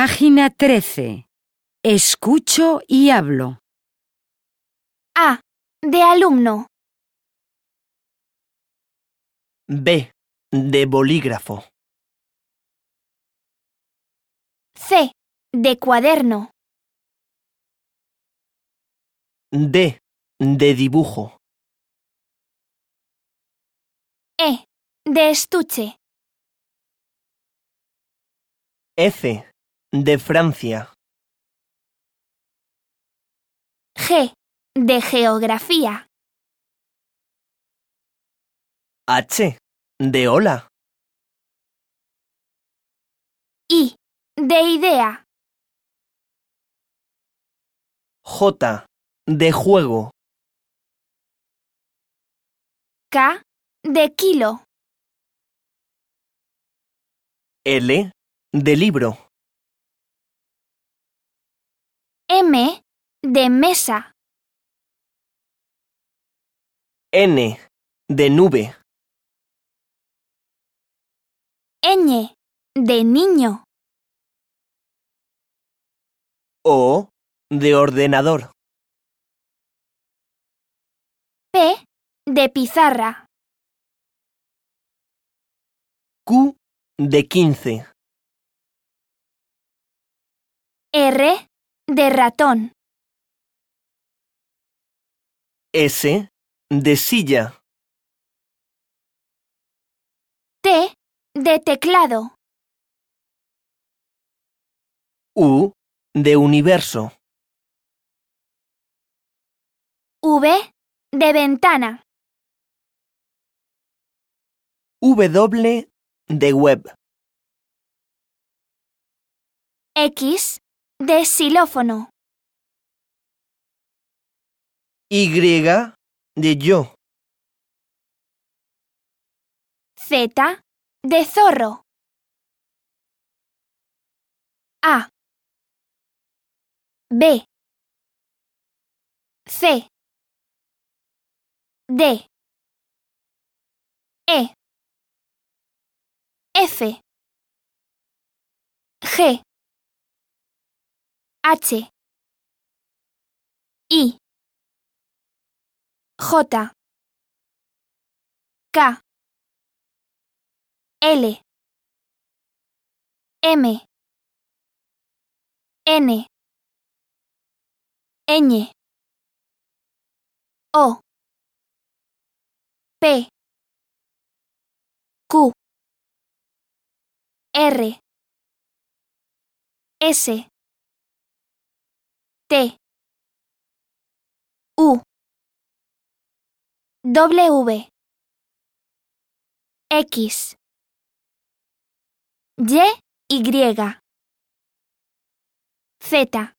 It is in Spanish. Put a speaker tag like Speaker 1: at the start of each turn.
Speaker 1: Página 13. Escucho y hablo.
Speaker 2: A. De alumno.
Speaker 3: B. De bolígrafo.
Speaker 2: C. De cuaderno.
Speaker 3: D. De dibujo.
Speaker 2: E. De estuche.
Speaker 3: F. De Francia.
Speaker 2: G. De geografía.
Speaker 3: H. De hola.
Speaker 2: I. De idea.
Speaker 3: J. De juego.
Speaker 2: K. De kilo.
Speaker 3: L. De libro.
Speaker 2: M. De mesa.
Speaker 3: N. De nube.
Speaker 2: Ñ. De niño.
Speaker 3: O. De ordenador.
Speaker 2: P. De pizarra.
Speaker 3: Q. De 15.
Speaker 2: R. De ratón.
Speaker 3: S. De silla.
Speaker 2: T. De teclado.
Speaker 3: U. De universo.
Speaker 2: V. De ventana.
Speaker 3: W. De web.
Speaker 2: X. De xilófono.
Speaker 3: Y. De yo.
Speaker 2: Z. De zorro. A. B. C. D. E. F. G. H. I. J. K. L. M. N. Ñ. O. P. Q. R. S. T. U. W. X. Y. Y. Z.